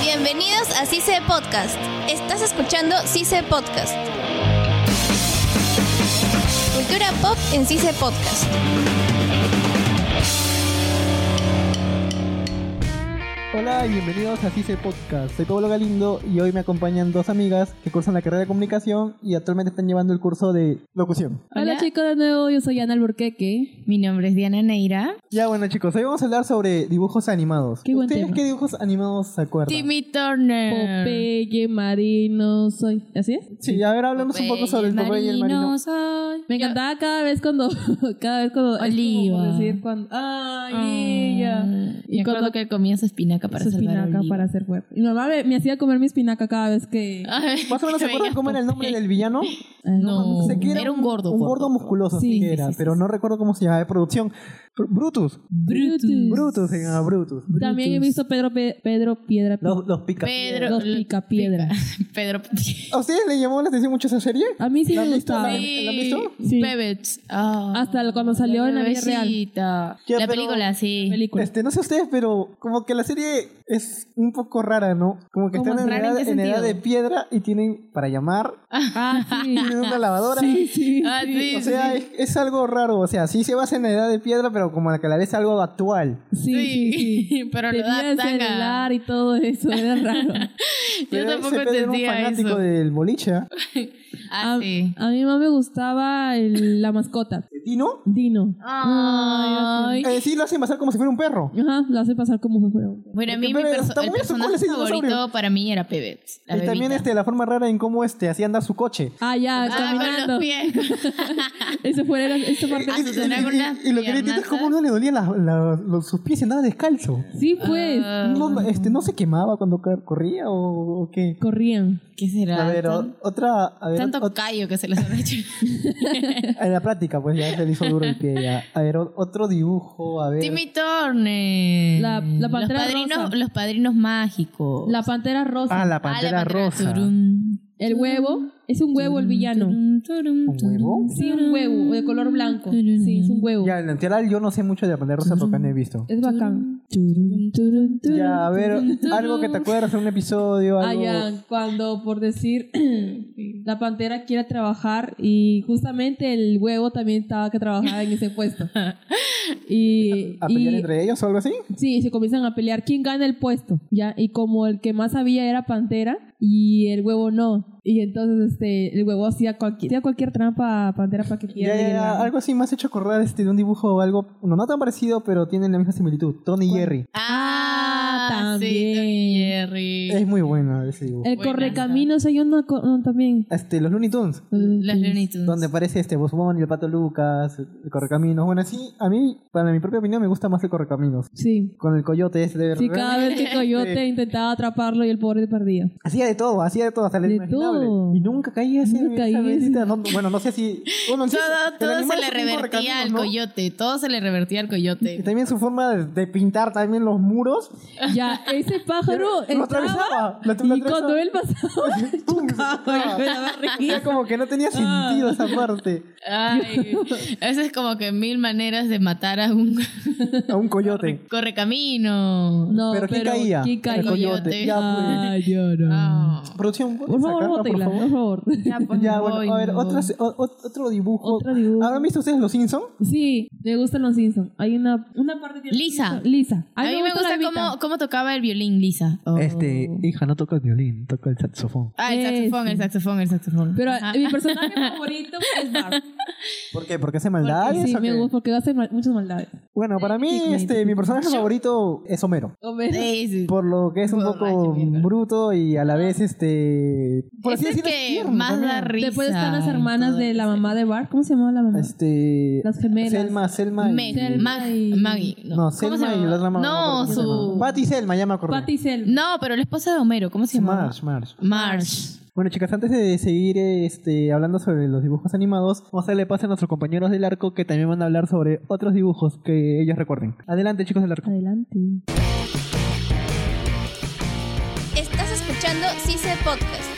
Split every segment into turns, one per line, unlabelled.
Bienvenidos a CICE Podcast. Estás escuchando CICE Podcast. Cultura pop en CICE Podcast.
Hola y bienvenidos a CICE Podcast. Soy Pablo Galindo y hoy me acompañan dos amigas que cursan la carrera de comunicación y actualmente están llevando el curso de locución.
Hola,
Hola.
chicos de nuevo, yo soy Ana Alburqueque.
Mi nombre es Diana Neira.
Ya bueno chicos, hoy vamos a hablar sobre dibujos animados.
Qué buen
¿Ustedes
tema.
qué dibujos animados se acuerdan?
Timmy Turner.
Popeye, Marino, soy. ¿Así es?
Sí, a ver, hablemos un poco sobre el papel y el marino.
soy.
Me encantaba cada vez cuando. cada vez cuando. es como por
Oliva.
decir cuando. ¡Ay,
Ah,
ella!
me acuerdo
cuando-
que él comía su espinaca para
Su
salvar a
espinaca
Oliva.
para hacer fuerte. Mi mamá me, me hacía comer mi espinaca cada vez que.
Ay,
Más o menos se
qué
acuerdan
bello.
cómo era el nombre del villano.
No,
Sé que
era un gordo.
Un gordo musculoso, sí,
Sí,
que
sí,
era,
sí, sí,
pero no recuerdo cómo se llamaba de producción. Br- Brutus.
Brutus.
Brutus se llamaba Brutus.
También he
Brutus.
visto Pedro, Pe- Pedro Piedra.
Los, los pica.
Pedro.
Los picapiedras.
Pedro.
¿A ustedes les llamó la atención mucho esa serie?
A mí sí
¿La
me
han visto?
gustaba.
¿La- la han visto?
Sí.
Pebbles. Ah.
Hasta lo- cuando salió en la vida real.
bebecita.
Ya,
La
pero-
película, sí.
Película.
Este, no sé ustedes, pero como que la serie es un poco rara, ¿no? Como que
¿Cómo
están en,
rara en
edad,
qué
en edad de
sentido?
piedra y tienen para llamar,
Ah, sí.
tienen una lavadora.
sí, sí.
Ah, sí,
O sea,
sí.
es, es algo raro. O sea, sí se basa en la edad de piedra, pero como la que a la vez algo actual.
Sí, sí, sí.
Pero lo
Tenía
da
el
tanga.
celular y todo eso, era raro.
Yo
Pero
tampoco
ese Pedro era un
entendía
fanático
eso.
del boliche. ¿ah?
Ah,
a,
sí.
a mi mamá me gustaba el- la mascota,
¿Y no?
Dino.
Ay.
Eh, sí, lo hacen pasar como si fuera un perro.
Ajá, lo hace pasar como si fuera un-
Bueno, a mí
Porque
mi
Pebbles
perso-
está
el
muy azul,
personaje
ese dinosaurio.
favorito para mí era Pebbles. la
y también
bebita.
este, la forma rara en cómo este, hacía andar su coche.
Ah, ya,
Ah, con
caminando.
los pies.
Esa fue la- esa parte.
Ah,
Y,
su
y-
tenía
y-
con las
y lo que le entiendo es
piernas.
cómo no le dolían las- las- los- sus pies y andaba descalzo.
Sí, pues,
Ah,
No, no, este, ¿No se quemaba cuando ca- corría o, o qué?
corrían.
¿Qué será?
A ver, o-
Tan-
otra. A ver,
tanto
ot-
callo que se les habrá hecho.
en la práctica, pues ya se le hizo duro el pie. Ya. A ver, o- otro dibujo. A ver.
Timmy Turner.
La- la Pantera
los padrinos,
Rosa.
los padrinos mágicos.
La pantera rosa,
Ah, la
Ah,
pantera rosa.
Turum,
el huevo, es un huevo
Mm,
el villano.
turum, turum,
¿Un huevo?
Sí, un huevo, de color blanco. Sí, es un huevo.
Ya, en la tierra yo no sé mucho de la pantera rosa porque no he visto.
Es bacán.
turum, turum, turum.
Ya, a ver, algo que te acuerdas de un episodio.
Ah,
Algo...
ya, cuando por decir la pantera quiere trabajar y justamente el huevo también estaba que trabajaba en ese puesto. Y,
¿A pelear
y-
entre ellos o algo así?
sí, se comienzan a pelear quién gana el puesto, ya, y como el que más sabía era pantera y el huevo no. Y entonces este el huevo hacía cualquier, hacía cualquier trampa a pantera para que
Ya,
pierda.
ya,
y
ya,
ganara.
algo así más hecho acordar este, de un dibujo o algo, no, no tan parecido, pero tienen la misma similitud. Tony y
¿Cuál?
Jerry.
Ah,
Ah,
Sí,
también.
Tony Jerry.
Es muy bueno ese dibujo.
el
Buenaza.
correcaminos hay uno co- no, también. pues,
Este, los Looney Tunes.
Las Looney Tunes.
Donde aparece este Bosbón y el Pato Lucas, el Correcaminos. Bueno, sí, a mí, para mi propia opinión, me gusta más el Correcaminos.
Sí.
Con el coyote ese de
Sí,
verdad.
cada vez que Coyote intentaba atraparlo y el pobre perdía.
Hacía de todo, hacía de todo, hasta lo
De
inimaginable.
todo.
Y nunca caía así en
Nunca
esa
caía.
bendita- no, no, bueno, no sé si... Bueno, sí,
Todo,
el
todo se
animal
le
es un
revertía
Correcaminos,
al
¿no?
coyote. Todo se le revertía al
Y
coyote.
también su forma de, de pintar también los muros.
Ya, ese pájaro
Lo
entraba
atravesaba. Lo, lo
y cuando
atravesaba.
él pasaba,
¡Pum! se
Ay,
chocaba.
me daba
O sea,
risa.
como que no tenía
Ah.
sentido esa parte.
Ay, eso es como que mil maneras de matar a un
A un coyote.
correcamino.
No,
pero ¿quién caía?
¿quién caía?
El coyote.
Coyote.
Ya, pues.
Ay, yo no.
Ah.
Producción, ¿puedes
Por favor,
sacarla,
bótela, por favor.
Ya, pues,
Ya,
me
bueno,
voy,
a ver,
me
otra,
voy.
o- o- otro dibujo.
Otro dibujo.
¿Habrán visto ustedes los Simpsons?
Sí, me gustan los Simpsons. Hay una, una parte de
Lisa.
Lisa.
A mí me gusta cómo, cómo tocaba el violín, Lisa. Oh.
Este, hija, no toca el violín, toca el saxofón.
Ah, el saxofón,
Ese.
el saxofón, el saxofón.
Pero eh,
Ajá.
mi personaje favorito es Bart.
¿Por qué? ¿Porque hace maldades?
sí,
o
me
qué?
gusta porque hace mal- muchas maldades.
Bueno, para mí,
Sí, sí,
este,
sí.
mi personaje favorito es Homero.
Homero.
Sí, sí.
Por lo que es un
Borracho,
poco
mierda.
bruto y a la vez, este... Por así
Ese es
decirlo,
que
tierno
más da
también.
risa.
Después están las hermanas
Todo
de la
eso.
mamá de Bart. ¿Cómo se llamaba la mamá?
Este...
Las gemelas.
Selma, Selma y-
Me-
Selma
Mag-
y-
Maggie.
No,
¿Cómo se
Selma y
llama?
la otra mamá.
No,
¿cómo se llama?
su.
Patty y Selma, ya me acordé.
Patty y Selma.
No, pero la esposa de Homero, ¿cómo se llama?
Marsh, Marsh.
Marsh.
Bueno, chicas, antes de seguir eh, este, hablando sobre los dibujos animados, vamos a darle paso a nuestros compañeros del arco que también van a hablar sobre otros dibujos que ellos recuerden. Adelante, chicos del arco.
Adelante.
Estás escuchando CICE Podcast.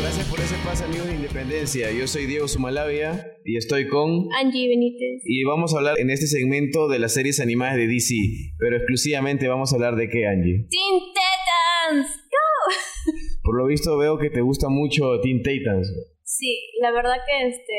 Gracias por ese se pasa, amigos de Independencia? Yo soy Diego Sumalavia y estoy con...
Angie Benítez.
Y vamos a hablar en este segmento de las series animadas de DC, pero exclusivamente vamos a hablar de qué, Angie.
Teen Titans. ¡Go!
Por lo visto veo que te gusta mucho Teen Titans.
Sí, la verdad que este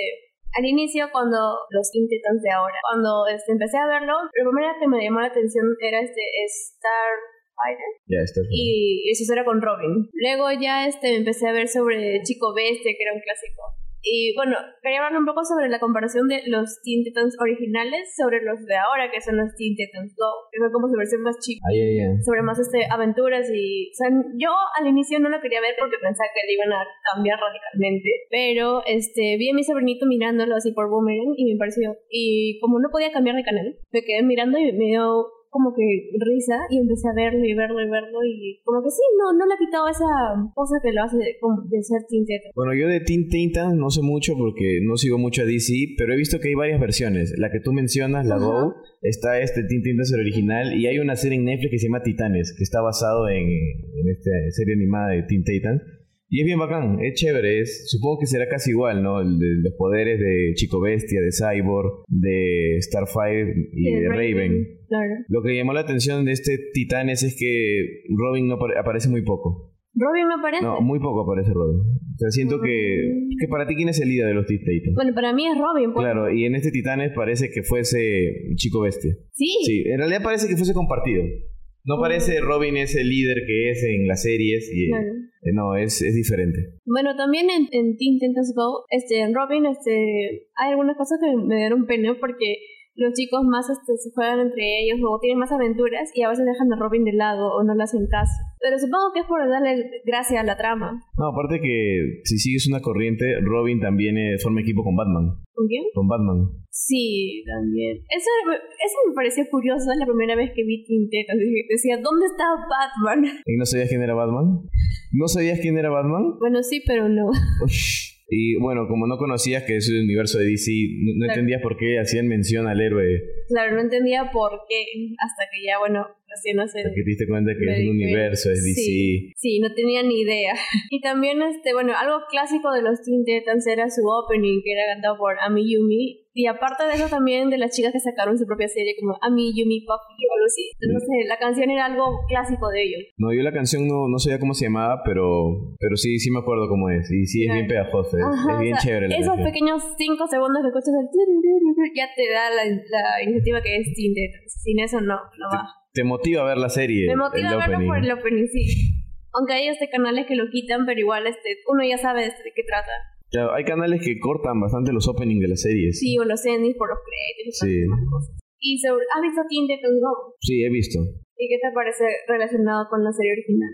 al inicio cuando los Teen Titans de ahora, cuando este, empecé a verlo, lo primero que me llamó la atención era este Star Fighter
Ya, está.
y eso era con Robin. Luego ya este empecé a ver sobre Chico Bestia, que era un clásico. Y bueno, quería hablar un poco sobre la comparación de los Teen Titans originales sobre los de ahora, que son los Teen Titans Go, que son como su versión más chica
Ahí, ahí, ahí.
sobre más este aventuras y o sea, yo al inicio no la quería ver porque pensaba que le iban a cambiar radicalmente pero este vi a mi sobrinito mirándolo así por boomerang y me pareció y como no podía cambiar de canal me quedé mirando y me dio como que risa y empecé a verlo y verlo y verlo y como que sí no no le he quitado esa um, cosa que lo hace de, como de ser Teen Titans.
Bueno, yo de Teen Titans no sé mucho porque no sigo mucho a DC, pero he visto que hay varias versiones. La que tú mencionas, la Go, está este Teen Titans el original y hay una serie en Netflix que se llama Titanes, que está basado en, en esta serie animada de Teen Titans. Y es bien bacán, es chévere, es- supongo que será casi igual, ¿no? El de- los poderes de Chico Bestia, de Cyborg, de Starfire y de Raven.
claro
Lo que llamó la atención de este Titanes es que Robin no apare- aparece muy poco.
Robin me parece
No, muy poco aparece Robin. O sea, siento que, que para ti, ¿quién es el líder de los Teen Titans?
Mm. bueno para mí es Robin pues.
Claro, y en este Titanes parece que fuese Chico Bestia.
sí, Mm.
Sí, en realidad parece que fuese compartido. No parece Robin es el líder que es en las series. Y,
claro
eh, no, es, es diferente.
Bueno, también en, en Teen Titans Go, este, en Robin, este, hay algunas cosas que me dieron pena porque los chicos más este, se juegan entre ellos o tienen más aventuras y a veces dejan a Robin de lado o no le hacen caso. Pero supongo que es por darle gracia a la trama.
No, aparte que si sigues una corriente, Robin también eh, forma equipo con Batman.
¿Con quién?
Con Batman.
Sí, también. Eso, eso me pareció curioso la primera vez que vi Teen Titans. Dije- Decía, ¿dónde está Batman?
¿Y no sabías quién era Batman? ¿No sabías quién era Batman?
Bueno, sí, pero no.
Y bueno, como no conocías que es el universo de DC, no, no
Claro.
entendías por qué hacían mención al héroe
Claro, no entendía por qué hasta que ya, bueno, recién no sé.
Hasta que te diste cuenta que
Me
es
di
un
cuenta.
universo, es DC.
Sí, sí, no tenía ni idea. Y también, este, bueno, algo clásico de los Teen Titans era su opening, que era cantado por Ami Yumi. Y aparte de eso también de las chicas que sacaron su propia serie como Ami Yumi Papi o algo así.
Mm.
Entonces la canción era algo clásico de ellos.
No, yo la canción no, no sabía cómo se llamaba, pero, pero sí, sí me acuerdo cómo es. Y sí, es bien pegajosa, es,
Ajá,
es bien
o sea,
chévere la
Esos
canción.
pequeños 5 segundos que escuchas el tururururu, ya te da la, la iniciativa que es Teen Titans. Sin eso no, no va.
Te motiva a ver la serie,
Me
el
motiva verlo
opening.
por el opening, sí. Aunque hay este canales que lo quitan, pero igual este, uno ya sabe este, de qué trata.
Claro, hay canales que cortan bastante los openings de las series.
Sí, o los endings por los créditos y
Sí.
todas esas cosas. Y sobre, ¿has visto Teen Titans Go?
Sí, he visto.
¿Y qué te parece relacionado con la serie original?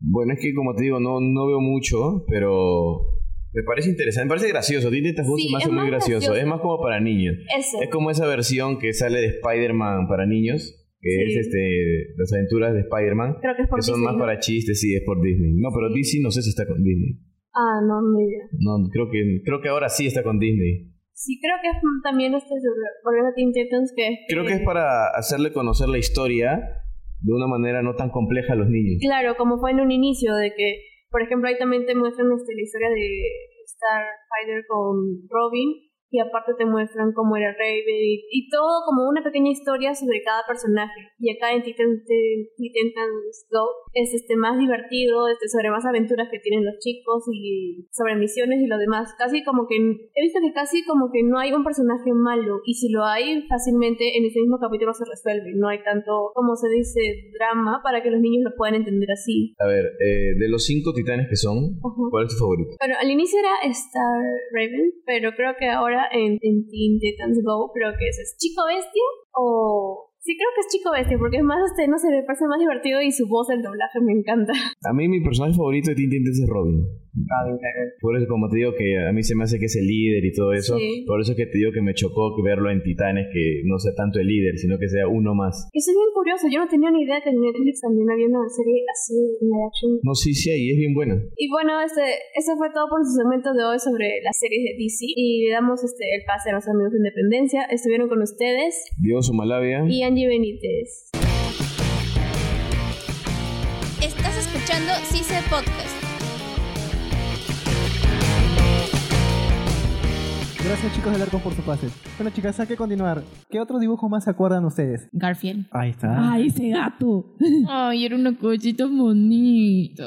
Bueno, es que como te digo, no, no veo mucho, pero me parece interesante, me parece gracioso. este Teen Titans Go
Sí,
se me
es
hace muy
más
gracioso.
gracioso.
es más como para niños.
Eso.
Es como esa versión que sale de Spider-Man para niños, que
Sí.
es este, las aventuras de Spider-Man.
Creo que es por
Que son
Disney,
más
¿no?
para chistes, sí, es por Disney. No, pero DC no sé si está con Disney.
Ah, no, ni idea.
No, creo que, creo que ahora sí está con Disney.
Sí, creo que es también este sobre, volviendo a Teen Titans que...
Creo que es para hacerle conocer la historia de una manera no tan compleja a los niños.
Claro, como fue en un inicio, de que, por ejemplo, ahí también te muestran este, la historia de Starfighter con Robin, y aparte te muestran cómo era Raven, y, y todo como una pequeña historia sobre cada personaje. Y acá en Titan- Teen Titans Go es este, más divertido, este, sobre más aventuras que tienen los chicos, y sobre misiones y lo demás. Casi como que, he visto que casi como que no hay un personaje malo, y si lo hay, fácilmente en ese mismo capítulo se resuelve. No hay tanto, como se dice, drama para que los niños lo puedan entender así.
A ver, eh, de los cinco titanes que son,
Ajá.
¿cuál es tu favorito?
Bueno, al inicio era Star Raven, pero creo que ahora en, en Teen Titans Go creo que eso es Chico Bestia o... Sí, creo que es Chico Bestia, porque es más, este, no sé, me parece más divertido y su voz, el doblaje, me encanta.
A mí mi personaje favorito de Teen Titans es Robin. Robin, Por eso, como te digo, que a mí se me hace que es el líder y todo eso.
Sí.
Por eso es que te digo que me chocó verlo en Titanes, que no sea tanto el líder, sino que sea uno más.
Eso es bien curioso, yo no tenía ni idea que en Netflix también había una serie así de live action.
No, sí, sí, ahí es bien buena.
Y bueno, este, eso fue todo por su segmento de hoy sobre las series de DC. Y le damos este, el pase a los amigos de Independencia. Estuvieron con ustedes
Dios, Malavia.
y Angie Benítez.
Estás escuchando CICE Podcast.
Gracias chicos del arco por su pase. Bueno chicas, hay que continuar. ¿Qué otros dibujos más se acuerdan ustedes?
Garfield.
Ahí está.
Ay, ese gato.
Ay, era un cochito bonito.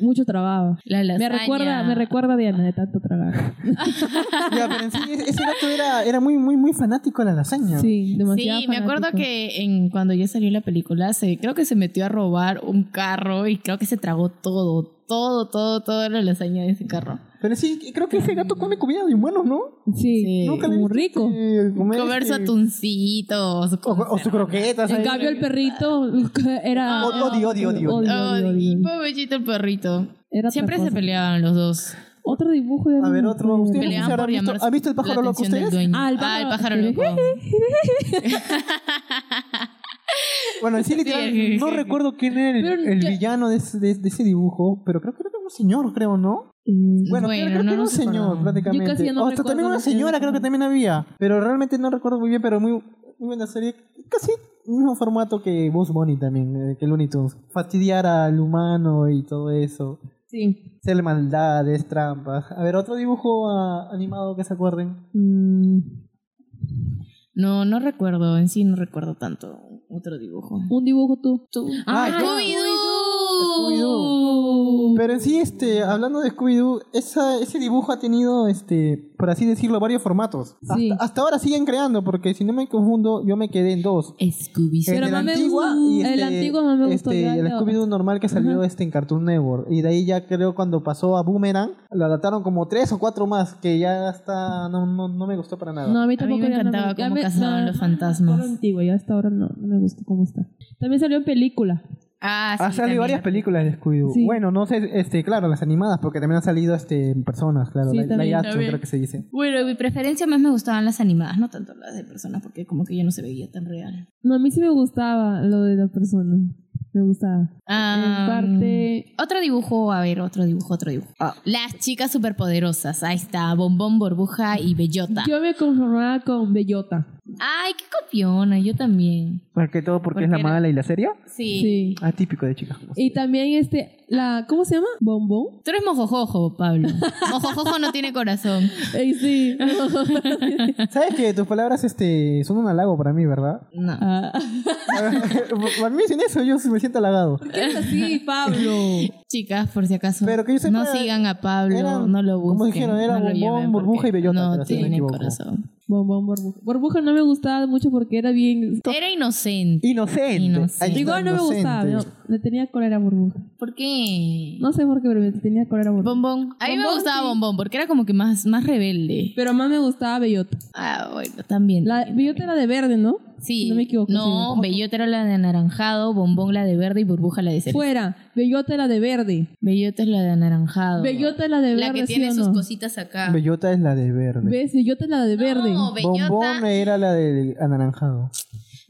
Mucho trabajo.
La lasaña.
Me recuerda, me recuerda a Diana de tanto trabajo.
Ya, pero en sí, ese gato era, era muy, muy, muy fanático de la lasaña.
Sí,
Sí,
demasiado.
me acuerdo
fanático.
que en, cuando ya salió la película, se, creo que se metió a robar un carro y creo que se tragó todo, todo, todo, toda la lasaña de ese carro.
Pero sí, creo que ese gato come comida de humanos, ¿no?
Sí,
Sí.
Nunca le he
como
visto,
rico.
eh, comer,
Comer su
este,
atuncito. su
O, o sus
conserva.
croquetas.
En
ahí.
cambio, el perrito
Ah,
era.
O- Odio, odio, odio.
Odio.
Ay,
odio.
pobrecito el perrito.
Era otra
Siempre se
cosa.
peleaban los dos.
Otro dibujo. ya
A
no
ver,
me
otro.
acuerdo.
¿Ustedes
Peleaban
se habrán
por
visto-
llamar
¿Han visto el
la
pájaro loco
atención del
ustedes?
dueño.
Ah, el
Ah, el
pájaro
pájaro
loco.
loco.
Bueno, en sí, literal,
Sí.
no recuerdo quién era el,
Pero,
el
¿qué?
villano de ese, de- de ese dibujo, pero creo que era un señor, creo, ¿no?
Eh,
Bueno,
Bueno,
creo, creo
no
que era un
nos
señor,
acordamos.
prácticamente.
Yo casi ya no
O hasta
recuerdo
también una
mucho de
señora,
eso.
creo que también había. Pero realmente no recuerdo muy bien, pero muy, muy buena serie. Casi el mismo formato que Buzz Bunny también, eh, que Looney Tunes. Fastidiar al humano y todo eso.
Sí.
Hacerle maldades, trampas. A ver, otro dibujo ah, animado que se acuerden.
Mm,
No, no recuerdo, en sí no recuerdo tanto otro dibujo.
un dibujo tú.
Ah,
Ah,
ya. Scooby-Doo. Pero en sí, este, hablando de Scooby-Doo, esa- ese dibujo ha tenido, este, por así decirlo, varios formatos. Hasta,
Sí.
hasta ahora siguen creando, porque si no me confundo, yo me quedé en dos.
Scooby.
Pero
en
más me
antigua
gustó-
y
uh, el
este,
antiguo más me gustó,
este,
ya
el
el de ahora.
Scooby-Doo normal que salió
Ajá.
este en Cartoon Network. Y de ahí ya creo cuando pasó a Boomerang, lo adaptaron como tres o cuatro más, que ya está, no, no, no me gustó para nada.
No, a
A
mí
mí
tampoco
me
ya no
encantaba
ya
cómo
me-
cazaban
no,
los
no,
fantasmas.
no, antiguo, ya hasta ahora no, no me gusta cómo está. También salió en película.
Ah, sí,
Ha salido
también.
varias películas de Scooby-Doo.
Sí.
Bueno, no sé, este, claro, las animadas, porque también han salido este, personas, claro,
Sí,
la,
también.
También.
creo que se dice.
Bueno, mi preferencia más me gustaban las animadas, no tanto las de personas, porque como que yo no se veía tan real.
No, a mí sí me gustaba lo de la persona. Me gustaba.
Ah,
en parte.
Otro dibujo, a ver, otro dibujo, otro dibujo.
Ah.
Las chicas superpoderosas, ahí está, Bombón, Burbuja y Bellota.
Yo me conformaba con Bellota.
Ay, qué copiona, yo también.
Más que todo porque,
Porque
es la
era-
mala y la seria.
Sí.
Sí.
Atípico de chicas.
Y también este, la, ¿cómo se llama? Bombón.
Tú eres mojojojo, Pablo. Mojojojo no tiene corazón.
Eh, sí.
¿Sabes que tus palabras este, son un halago para mí, verdad?
No.
Ah,
para mí sin eso yo me siento halagado.
¿Qué es así, Pablo?
Chicas, por si acaso,
Pero que yo sepa,
no sigan a Pablo,
eran-
no lo busquen.
como dijeron, era
no lo
bombón,
lleven
burbuja
porque
y bellota,
No
pero si no me
tiene
equivoco.
corazón.
Bombón, Burbuja. Burbuja no me gustaba mucho porque era bien...
Era inocente.
Inocente.
Inocente.
Ahí está,
Igual no me
inocente.
gustaba, no, le tenía cólera a Burbuja.
¿Por qué?
No sé por qué, pero le tenía cólera a Burbuja.
Bombón. A mí me
Bombón,
gustaba
sí.
Bombón porque era como que más, más rebelde.
Pero más me gustaba Bellota.
Ah, bueno, también.
La Bellota era de verde, ¿no?
sí.
No me equivoco.
No,
sí.
Bellota era la de anaranjado, Bombón la de verde y Burbuja la de cereza.
Fuera, Bellota era de verde.
Bellota es la de
Ah.
anaranjado.
Bellota es la de verde,
La que
¿sí
tiene
o
sus
no?
cositas acá.
Bellota es la de verde.
¿Ves? Bellota es la de verde.
No, Bellota.
Bombón era la del anaranjado.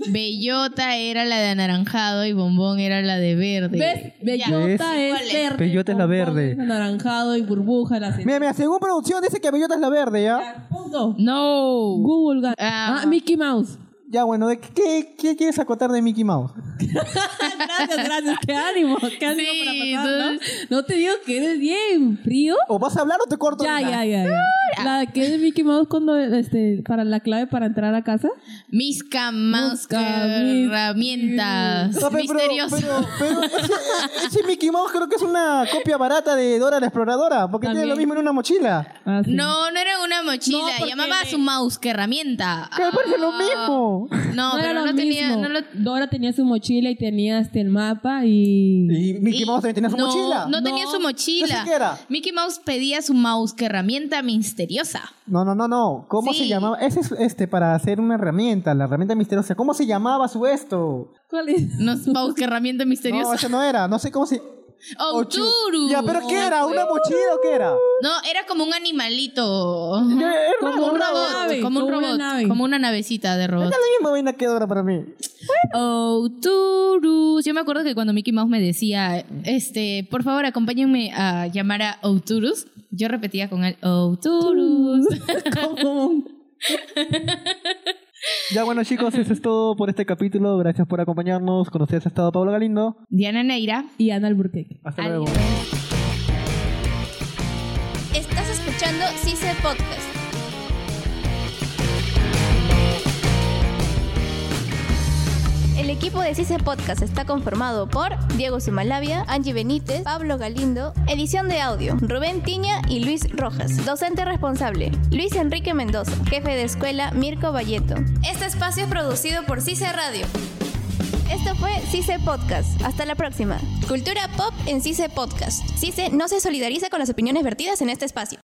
Bellota era la de anaranjado y Bombón era la de verde.
¿Ves? Bellota
¿Ves?
es verde.
Bellota es la
bombón
verde.
es Anaranjado y burbuja. La
Mira, mira, según producción dice que Bellota es la verde, ¿ya?
Punto.
No.
Google gan-
Ah.
Ah, Mickey Mouse.
Ya, bueno, ¿de qué, qué quieres acotar de Mickey Mouse?
gracias, gracias. Qué ánimo. Qué ánimo
Sí,
para pasar, ¿no? No te digo que eres bien frío.
¿O vas a hablar o te corto?
Ya, ya, ya, ya. La que es Mickey Mouse cuando, este, para la clave para entrar a casa.
Misca Mouse
Busca, mis-
herramientas.
No, pe- pero,
Misterioso.
Pero, pero ese, ese Mickey Mouse creo que es una copia barata de Dora la Exploradora, porque tiene
También.
lo mismo en una mochila.
Ah, sí.
No, no era una
No,
mochila.
porque-
Llamaba a su mouse que herramienta.
Que me parece lo
Ah.
mismo.
No,
era
pero
lo
no tenía.
mismo.
No lo,
Dora tenía su mochila y tenía este, el mapa y...
Y Mickey
y-
Mouse también tenía su
no,
mochila.
No, tenía
No.
su mochila.
¿Eso qué era?
Mickey Mouse pedía su mouse que herramienta misteriosa.
No, no, no, no. ¿Cómo
Sí.
se llamaba? Ese es este para hacer una herramienta, la herramienta misteriosa. ¿Cómo se llamaba su esto?
¿Cuál es?
No, mouse que herramienta
No,
misteriosa.
eso no era. No sé cómo se.
oh,
Ochu.
churu.
Ya, pero ¿qué era? ¿Una mochila o qué era?
No, era como un animalito.
Es
Como
Como un
una
robot.
nave,
como un
como una
robot.
nave.
como una navecita de robot.
la misma vaina que Dora para mí.
Oh, Turus. Yo me acuerdo que cuando Mickey Mouse me decía, este, por favor, acompáñenme a llamar a Outurus, yo repetía con él, Outurus.
¿Cómo?
Ya, bueno, chicos, eso es todo por este capítulo. Gracias por acompañarnos. Con ustedes ha estado Pablo Galindo.
Diana Neira.
Y Ana Alburquerque.
Hasta
Adiós.
luego.
Estás escuchando CICE Podcast.
El equipo de CICE Podcast está conformado por Diego Sumalavia, Angie Benítez, Pablo Galindo, edición de audio, Rubén Tiña y Luis Rojas, docente responsable, Luis Enrique Mendoza, jefe de escuela Mirko Valleto. Este espacio es producido por CICE Radio. Esto fue CICE Podcast. Hasta la próxima. Cultura pop en CICE Podcast. CICE no se solidariza con las opiniones vertidas en este espacio.